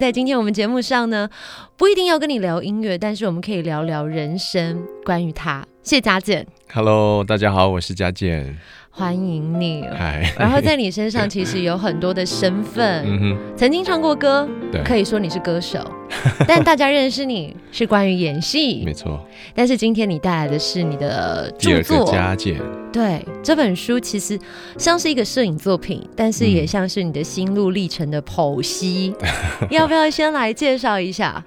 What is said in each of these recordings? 在今天我们节目上呢，不一定要跟你聊音乐，但是我们可以聊聊人生，关于他。谢佳健， Hello，大家好，我是佳健。欢迎你。嗨，然后在你身上其实有很多的身份，嗯曾经唱过歌，哼，对，可以说你是歌手，但大家认识你是关于 演没戏。错，但是今天你带来的是你的第著二个作，佳健，对这本书其实像是一个摄影作品，但是也嗯像是你的心路历程的 剖析。要不要先来介绍一下？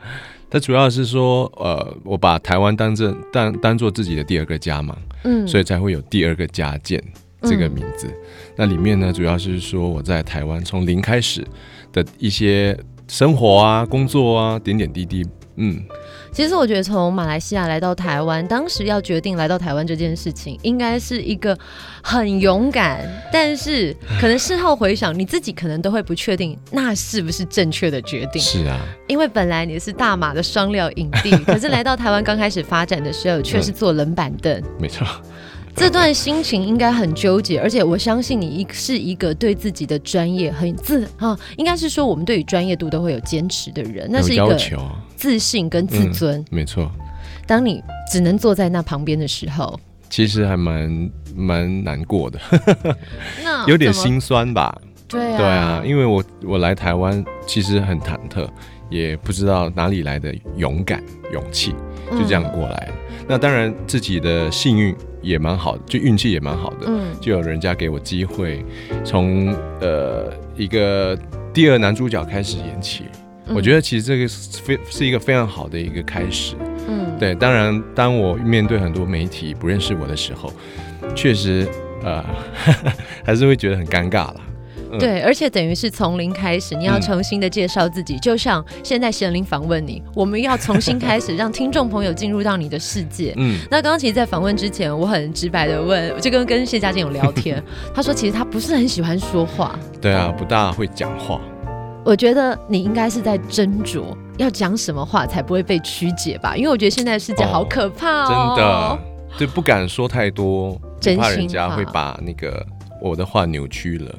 它主要是说，呃，我把台湾当成当当做自己的第二个家嘛，嗯所以才会有第二个家健这个名字。那里面呢，主要是说我在台湾从零开始的一些生活啊、工作啊、点点滴滴。嗯，其实我觉得从马来西亚来到台湾，当时要决定来到台湾这件事情，应该是一个很勇敢，但是可能事后回想，你自己可能都会不确定那是不是正确的决定，是啊，因为本来你是大马的双料影 帝，可是来到台湾刚开始发展的时候，却是坐冷板凳，没错，这段心情应该很纠结，而且我相信你一是一个对自己的专业很自啊，应该是说我们对于专业度都会有坚持的人，那有是一要个求，啊自信跟自尊。没错，当你只能坐在那旁边的时候，其实还蛮蛮难过的，那有点啊怎么心酸吧。对啊，对啊，为因为我我来台湾其实很忐忑，也不知道哪里来的勇敢、勇气，嗯就这样过来了。那当然自己的幸运也蛮好的，就运气也蛮好的，嗯就有人家给我机会，从呃一个第二男主角开始演起。嗯我觉得其实这个是非是一个非常好的一个开始，嗯，对，当然，当我面对很多媒体不认识我的时候，确实，呃， 还是会觉得很尴尬啦。嗯对，而且等于是从零开始，你要嗯重新的介绍自己，就像现在贤玲访问你，我们要重新开始， 让听众朋友进入到你的世界。嗯，那刚刚其实，在访问之前，我很直白的问，我就跟跟谢家健有聊 天，他说其实他不是很喜欢说话，对啊，不大会讲话。我觉得你应该是在斟酌要讲什么话才不会被曲解吧，因为我觉得现在的世界好哦可怕真哦，的，就不敢说太多，真我怕人心家话会把那个我的话扭曲了。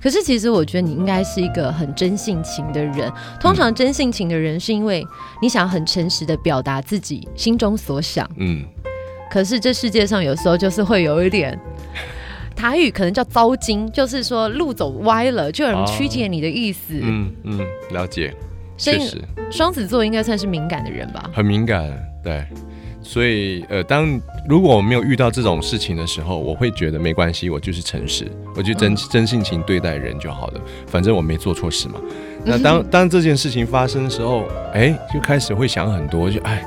可是其实我觉得你应该是一个很真性情的人。通常真性情的人是因为你想很诚实的表达自己心中所想，嗯，可是这世界上有时候就是会有一点。台语可能叫糟心，就是说路走歪了，就有人哦曲解你的意思。嗯嗯，了解，所确以实双子座应该算是敏感的人吧？很敏感，对。所以，呃，当如果我没有遇到这种事情的时候，我会觉得没关系，我就是诚实，我就嗯真、真性情对待人就好了，反正我没做错事嘛。嗯那当当这件事情发生的时候，哎，就开始会想很多，就哎，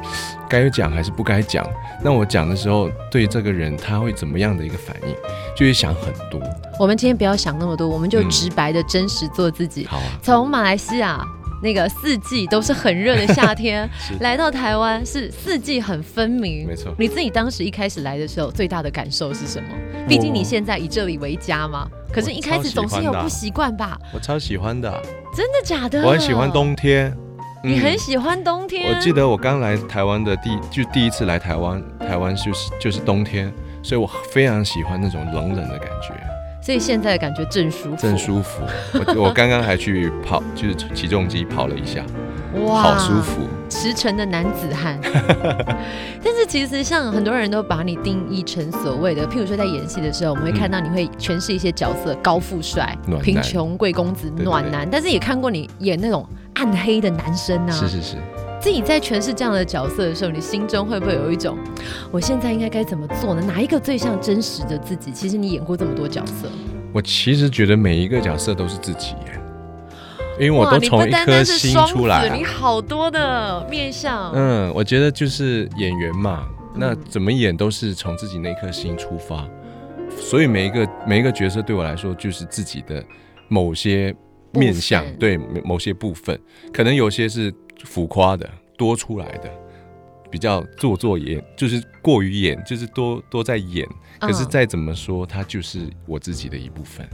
该讲还是不该讲？那我讲的时候，对这个人他会怎么样的一个反应，就会想很多。我们今天不要想那么多，我们就嗯直白的真实做自己。好啊，从马来西亚那个四季都是很热的夏天 是，来到台湾是四季很分明。没错你自己当时一开始来的时候，最大的感受是什么？毕竟你现在以这里为家嘛。可是，一开始总是有不习惯吧？我超喜欢的啊，真的假的？我很喜欢，冬天。你很嗯喜欢冬天。我记得我刚来台湾的第就第一次来台湾，台湾就是就是冬天，所以我非常喜欢那种冷冷的感觉，所以现在感觉正舒服，真舒服。我我刚刚还去跑，就是起重机跑了一下，好舒。服。驰骋的男子 汉。但是其实像很多人都把你定义成所谓的，譬如说在演戏的时候，我们会看到你会诠释一些角色，高富帅暖、男贫穷贵公子、对对暖男，但是也看过你演那种暗黑的男生啊。是是是，自己在诠释这样的角色的时候，你心中会不会有一种，我现在应该该怎么做呢？哪一个最像真实的自己？其实你演过这么多角色，我其实觉得每一个角色都是自己耶，因为我哇都你从不一单颗单是心双出来子啊、你好多的面相。嗯，我觉得就是演员嘛，那嗯怎么演都是从自己那颗心出发，所以每一个每一个角色对我来说就是自己的某些面相部分，对某某些部分，可能有些是浮夸的，多出来的，比较做作演，就是过于演，就是多多在演，可是嗯再怎么说，它就是我自己的一部分。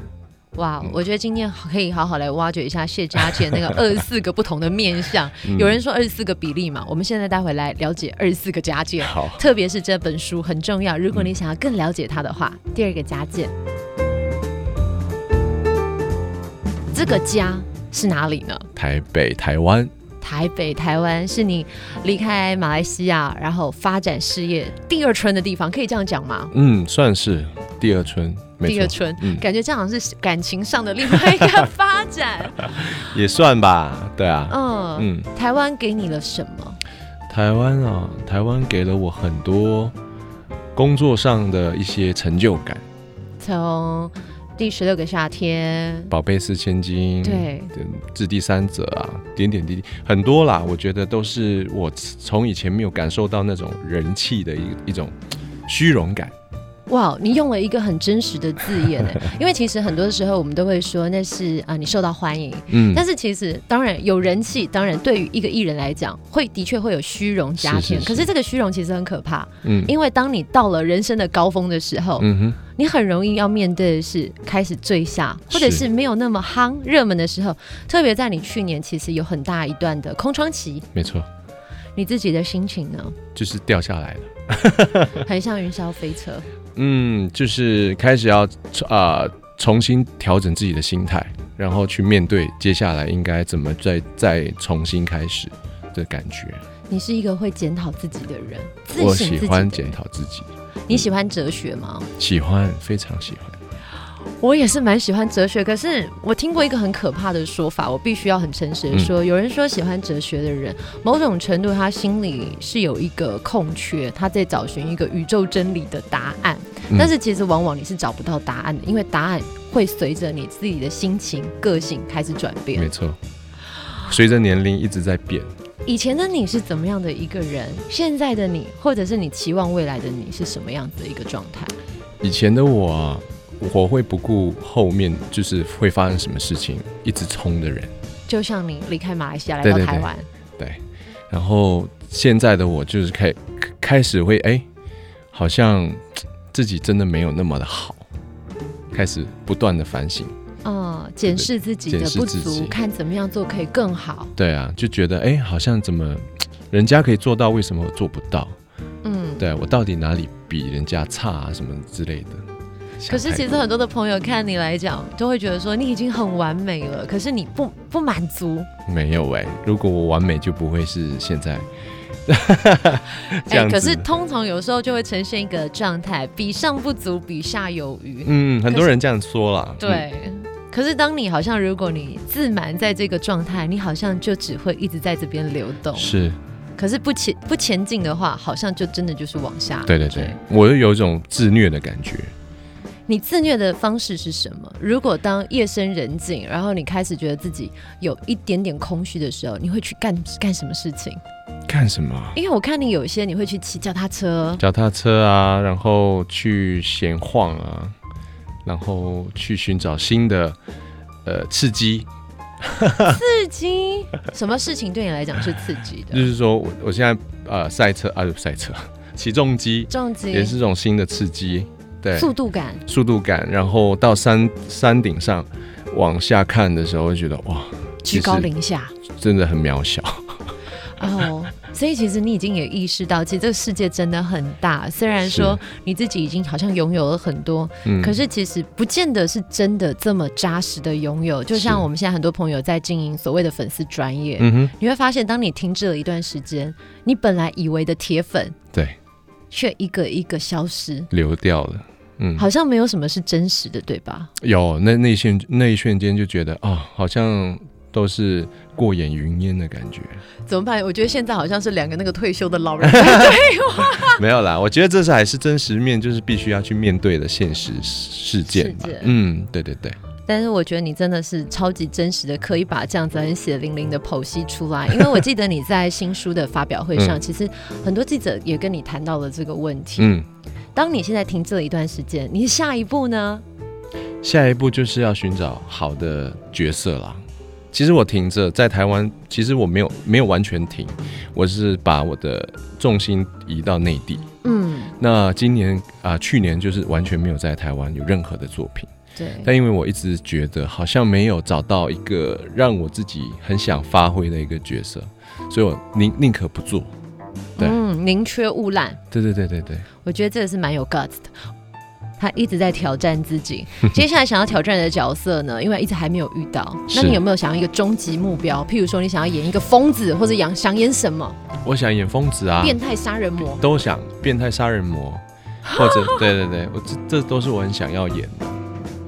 哇，我觉得今天可以好好来挖掘一下谢家健那 个二十四个不同的面相。嗯有人说二十四个比例嘛，我们现在待会来了解二十四个家健。好特别是这本书很重要，如果你想要更了解它的话，第二个家健，这个家是哪里呢？台北、台湾，台北、台湾是你离开马来西亚，然后发展事业第二春的地方，可以这样讲吗？嗯，算是第二春，没错第二春，嗯感觉这好像是感情上的另外一个发展。也算吧，对啊，嗯， 嗯，台湾给你了什么？台湾啊，台湾给了我很多工作上的一些成就感，从第十六个夏天，宝贝是千金，对，致第三者啊，点点滴滴很多啦，我觉得都是我从以前没有感受到那种人气的一一种虚荣感，哇，你用了一个很真实的字眼呢， 因为其实很多时候我们都会说那是啊、你受到欢迎，嗯但是其实当然有人气，当然对于一个艺人来讲，会的确会有虚荣加是是添，是可是这个虚荣其实很可怕，嗯因为当你到了人生的高峰的时候，嗯哼，你很容易要面对的是开始坠下，是或者是没有那么夯热门的时候，特别在你去年其实有很大一段的空窗期，没错，你自己的心 情呢，就是掉下来了。很像云霄飞车。嗯，就是开始要啊、呃重新调整自己的心态，然后去面对接下来应该怎么再再重新开始的感觉。你是一个会检讨自己的人，自我省自喜己欢的检讨自己，你喜欢哲学吗？喜欢，非常喜欢。我也是蛮喜欢哲学，可是我听过一个很可怕的说法，我必须要很诚嗯实的说，有人说喜欢哲学的人，某种程度他心里是有一个空缺，他在找寻一个宇宙真理的答案，嗯但是其实往往你是找不到答案的，因为答案会随着你自己的心情、个性开始转没变。错，随着年龄一直在变。以前的你是怎么样的一个人？现在的你，或者是你期望未来的你是什么样子的一个状态？以前的我啊，我会不顾后面就是会发生什么事情，一直冲的人。就像你离开马来西亚来对到对对台湾，对，然后现在的我就是开开始会哎，好像嘖自己真的没有那么的好，开始不断的反省。嗯，检视自己的检视不自足己，看怎么样做可以更好。对啊，就觉得哎，好像怎么嘖人家可以做到，为什么我做不到？嗯，对啊、我到底哪里比人家差啊，什么之类的。可是想其实太多很多的朋友看你来讲，都会觉得说你已经很完美了，可是你不不满足。没有哎、如果我完美就不会是现在 这哎样，子。可是通常有时候就会呈现一个状态，比上不足，比下有余。嗯，很多人这样说啦。嗯对。可是，当你好像如果你自满在这个状态，你好像就只会一直在这边流动。嗯是，可是不前不前进的话，好像就真的就是往下。对对对，我又有一种自虐的感觉。你自虐的方式是什么？如果当夜深人静，然后你开始觉得自己有一点点空虚的时候，你会去干干什么事情？干什么啊？因为我看你有一些你会去骑脚踏车，脚踏车啊，然后去闲晃啊，然后去寻找新的呃刺激。刺激。什么事情对你来讲是刺激就 的？是说我我现在呃赛车啊，不是赛车， 起重机重也击、是种新的刺激，对，速度感，速度感。然后到山山顶上往下看的时候，会觉得哇，居高临下。真的很渺小。哦，所以其实你已经也意识到，其实这个世界真的很大。虽然说你自己已经好像拥有了很多，嗯可是其实不见得是真的这么扎实的拥有。就像是我们现在很多朋友在经营所谓的粉丝专业，嗯哼，你会发现，当你停滞了一段时间，你本来以为的铁粉对，却一个一个消失，流掉了。嗯，好像没有什么是真实的，对吧？有那那一瞬那一瞬间就觉得啊、好像都是过眼云烟的感觉。怎么办？我觉得现在好像是两个那个退休的老人在 对话 没有啦，我觉得这是还是真实面，就是必须要去面对的现实事件吧世界。嗯，对对对，但是我觉得你真的是超级真实的，可以把这样子很血淋淋的剖析出来。因为我记得你在新书的发表会上，嗯其实很多记者也跟你谈到了这个问题。嗯，当你现在停滞了一段时间，你下一步呢？下一步就是要寻找好的角色啦。其实我停着在台湾，其实我没有没有完全停，我是把我的重心移到内地。嗯，那今年啊、去年就是完全没有在台湾有任何的作品，对，但因为我一直觉得好像没有找到一个让我自己很想发挥的一个角色，所以我宁宁可不做。对嗯，宁缺毋滥，对对对对对，我觉得这个是蛮有 guts 的。他一直在挑战自 己，接下来想要挑战的角色呢？因为一直还没有遇到，那是你有没有想要一个终极目标？譬如说，你想要演一个疯子，或者想想演什么、我想演疯子啊，变态杀人魔？都想变态杀人 魔，或者对对对，我这这都是我很想要演的。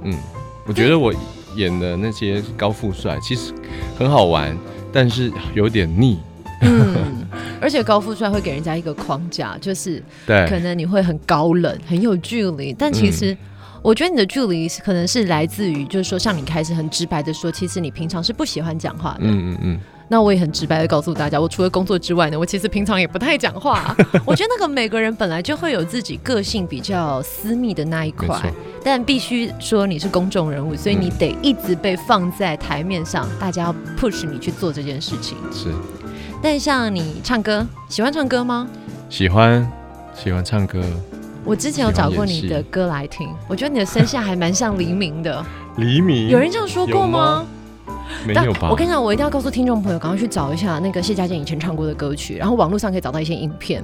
嗯，我觉得我演的那些高富帅其实很好玩，但是有点腻。嗯，而且高富帅会给人家一个框架，就是可对，能你会很高冷，很有距离，但其嗯实。我觉得你的距离是可能是来自于，就是说，像你开始很直白的说，其实你平常是不喜欢讲话的。嗯嗯嗯，那我也很直白的告诉大家，我除了工作之外呢，我其实平常也不太讲话、 我觉得那个每个人本来就会有自己个性比较私密的那一没错嗯块，但必须说你是公众人物，所以你得一直被放在台面上，大家要 push 你去做这件事情。是但像你唱歌，喜欢唱歌吗？喜欢喜欢唱歌。我之前有喜欢找过演你戏的歌来听，我觉得你的声线还蛮像黎明的。黎明有人这样说过有吗吗？没但嗯有吧？我跟你讲，我一定要告诉听众朋友，赶快去找一下那个谢佳健以前唱过的歌曲，然后网络上可以找到一些影 片。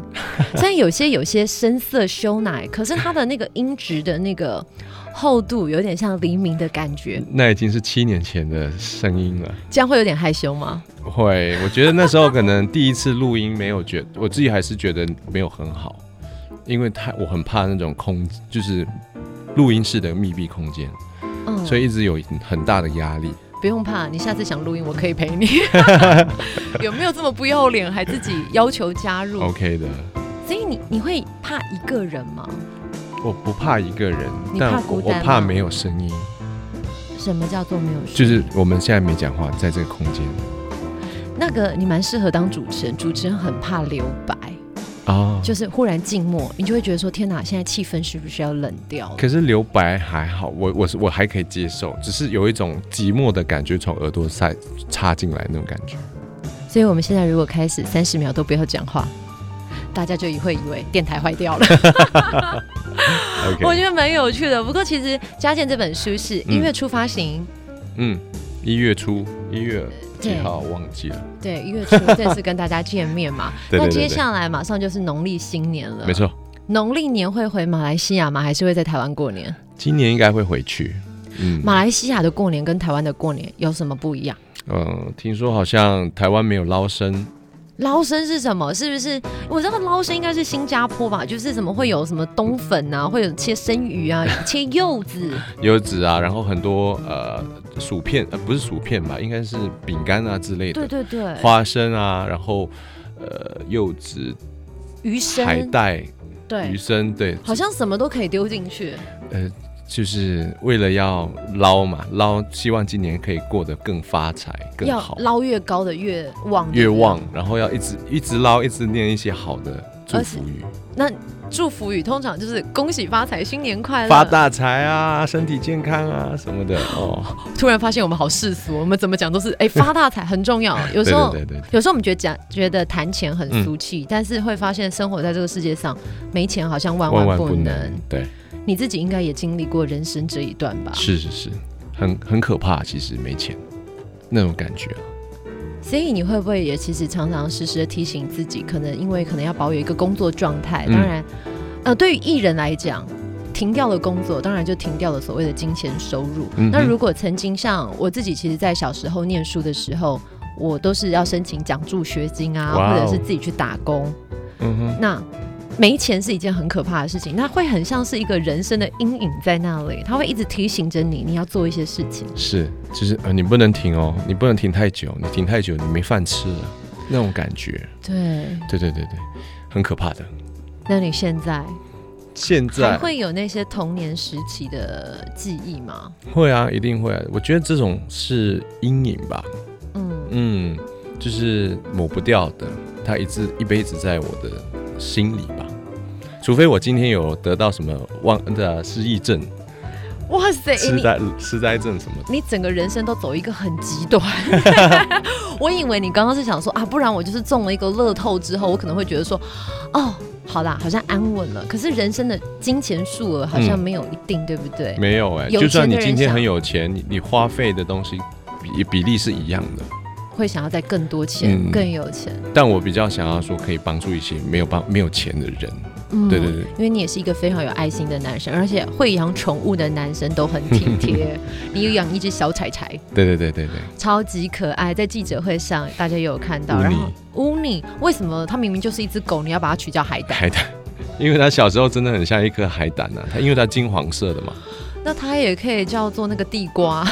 虽然有些有些深色羞奶，可是它的那个音质的那个厚度有点像黎明的感觉，那已经是七年前的声音了。这样会有点害羞吗？会，我觉得那时候可能第一次录音没有觉，我自己还是觉得没有很好，因为太我很怕那种空，就是录音室的密闭空间，嗯，所以一直有很大的压力。不用怕，你下次想录音，我可 以陪你。有没有这么不要脸，还自己要求加入？ OK 的，所以你你会怕一个人吗？我不怕一个人你，但怕我孤我单怕吗没有声音，什么叫做没有？就是我们现在没讲话，在这个空间那个你蛮适合当主持人，主持人很怕留白。啊。就是忽然静默，你就会觉得说：天哪，现在气氛是不是要冷掉了？可是留白还好，我我是我还可以接受，只是有一种寂寞的感觉从耳朵塞插进来那种感觉。所以我们现在如果开始三十秒都不要讲话，大家就也会以为电台坏 掉了。我 OK，觉得蛮有趣的。不过其实《嘉健》这本书是一月初发行，嗯，一月初一月几对号忘记了。对，一月 初正式跟大家见面嘛。 对对对那接下来马上就是农历新年了，没。错，农历年会回马来西亚吗？还是会在台湾过年？今年应该会回去。嗯，马来西亚的过年跟台湾的过年有什么不一样？呃，听说好像台湾没有捞生，捞生是什么？是不是？我知道捞生应该是新加坡吧，就是怎么会有什么冬粉啊，会有切生鱼 啊，切柚子，柚子啊，然后很多呃薯片，呃不是薯片吧，应该是饼干啊之类的，对对对，花生啊，然后呃柚子、鱼海生，带、鱼对，生，对，好像什么都可以丢进去。呃，就是为了要捞嘛，捞，希望今年可以过得更发财、更要好，捞越高的越旺，越对不对旺，。然后要一直一直捞，一直念一些好的祝而福语，那祝福语通常就是恭喜发财，新年快乐。发。大财啊，身体健康啊什么的哦。突然发现我们好世俗，我们怎么讲都是 哎、发大财很重要。 有时候对嗯对对对有时候我们觉得讲觉得谈钱很俗气，但是会发现生活在这个世界上，没钱好像万万万不不能能。。对，你自己应该也经历过人生这一段吧？是是是，很很可怕，其实没钱那种感觉啊、所以你会不会也其实常常时时的提醒自己，可能因为可能要保有一个工作状态，嗯当然，呃，对于艺人来讲。停掉了工作，当然就停掉了所谓的金钱收入。嗯哼那如果曾经像我自己，其实，在小时候念书的时候，我都是要申请奖助学金啊，哇哦或者是自己去打工。嗯哼，那没钱是一件很可怕的事情，那会很像是一个人生的阴影在那里，它会一直提醒着你，你要做一些事情。是，就是呃，你不能停哦，你不能停太久，你停太久你没饭吃了，那种感觉，对，对对对对，很可怕的。那你现在现还在会有那些童年时期的记忆吗？会啊，一定会啊，我觉得这种是阴影吧，嗯，嗯，就是抹不掉的，它一直一辈子在我的心里吧。除非我今天有得到什么忘的失忆症、哇塞，痴你呆、痴呆症什么的。你整个人生都走一个很 极端。我以为你刚刚是想说啊，不然我就是中了一个乐透之后，我可能会觉得说，哦，好啦，好像安稳了。可是人生的金钱数额好像没有一定，对不对？嗯没有哎、有就算钱的你人今天想很有钱，你你花费的东西比比例是一样的。会想要再更多钱，嗯更有钱。但我比较想要说，可以帮助一些没有帮没有钱的人。嗯对对对，因为你也是一个非常有爱心的男生，而且会养宠物的男生都很体 贴。你有养一只小柴柴，对对对对对，超级可爱，在记者会上大家也有看到。乌然尼后乌尼为什么它明明就是一只狗，你要把它取叫海胆？海胆，因为他小时候真的很像一颗海胆啊，他因为它金黄色的嘛，那它也可以叫做那个地瓜。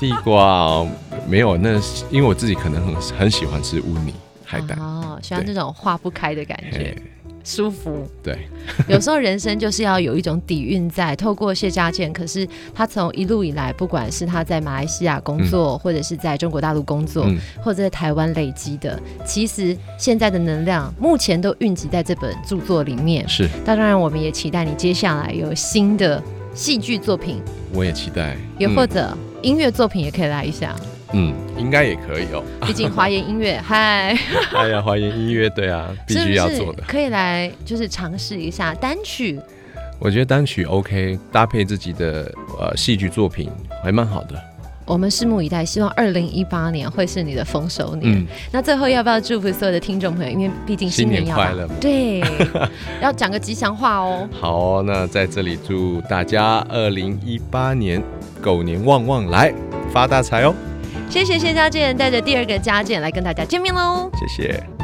地瓜哦，没有，那是因为我自己可能很很喜欢吃乌泥海胆，哦，喜欢这对种化不开的感觉嘿，舒服。对，有时候人生就是要有一种底蕴在，透过谢家健，可是他从一路以来，不管是他在马来西亚工作，或者是在中国大陆工作，嗯或者在台湾累积的，其实现在的能量目前都蕴集在这本著作里面。是，那当然，我们也期待你接下来有新的戏剧作品，我也期待，也嗯或者音乐作品也可以来一下。嗯应该也可以 哦。毕竟华研音乐， 嗨。哎呀，华研音乐对 啊，必须要做的是不。是可以来就是尝试一下单曲，我觉得单曲 OK，搭配自己的呃戏剧作品还蛮好的。我们拭目以待，希望二零一八年会是你的丰收年。嗯，那最后要不要祝福所有的听众朋友？因为毕竟新年新年要到快乐嘛 对，要讲个吉祥话哦。好哦、那在这里祝大家二零一八年狗年旺旺来，发大财哦！谢谢谢家健带着第二个家健来跟大家见面喽。谢谢。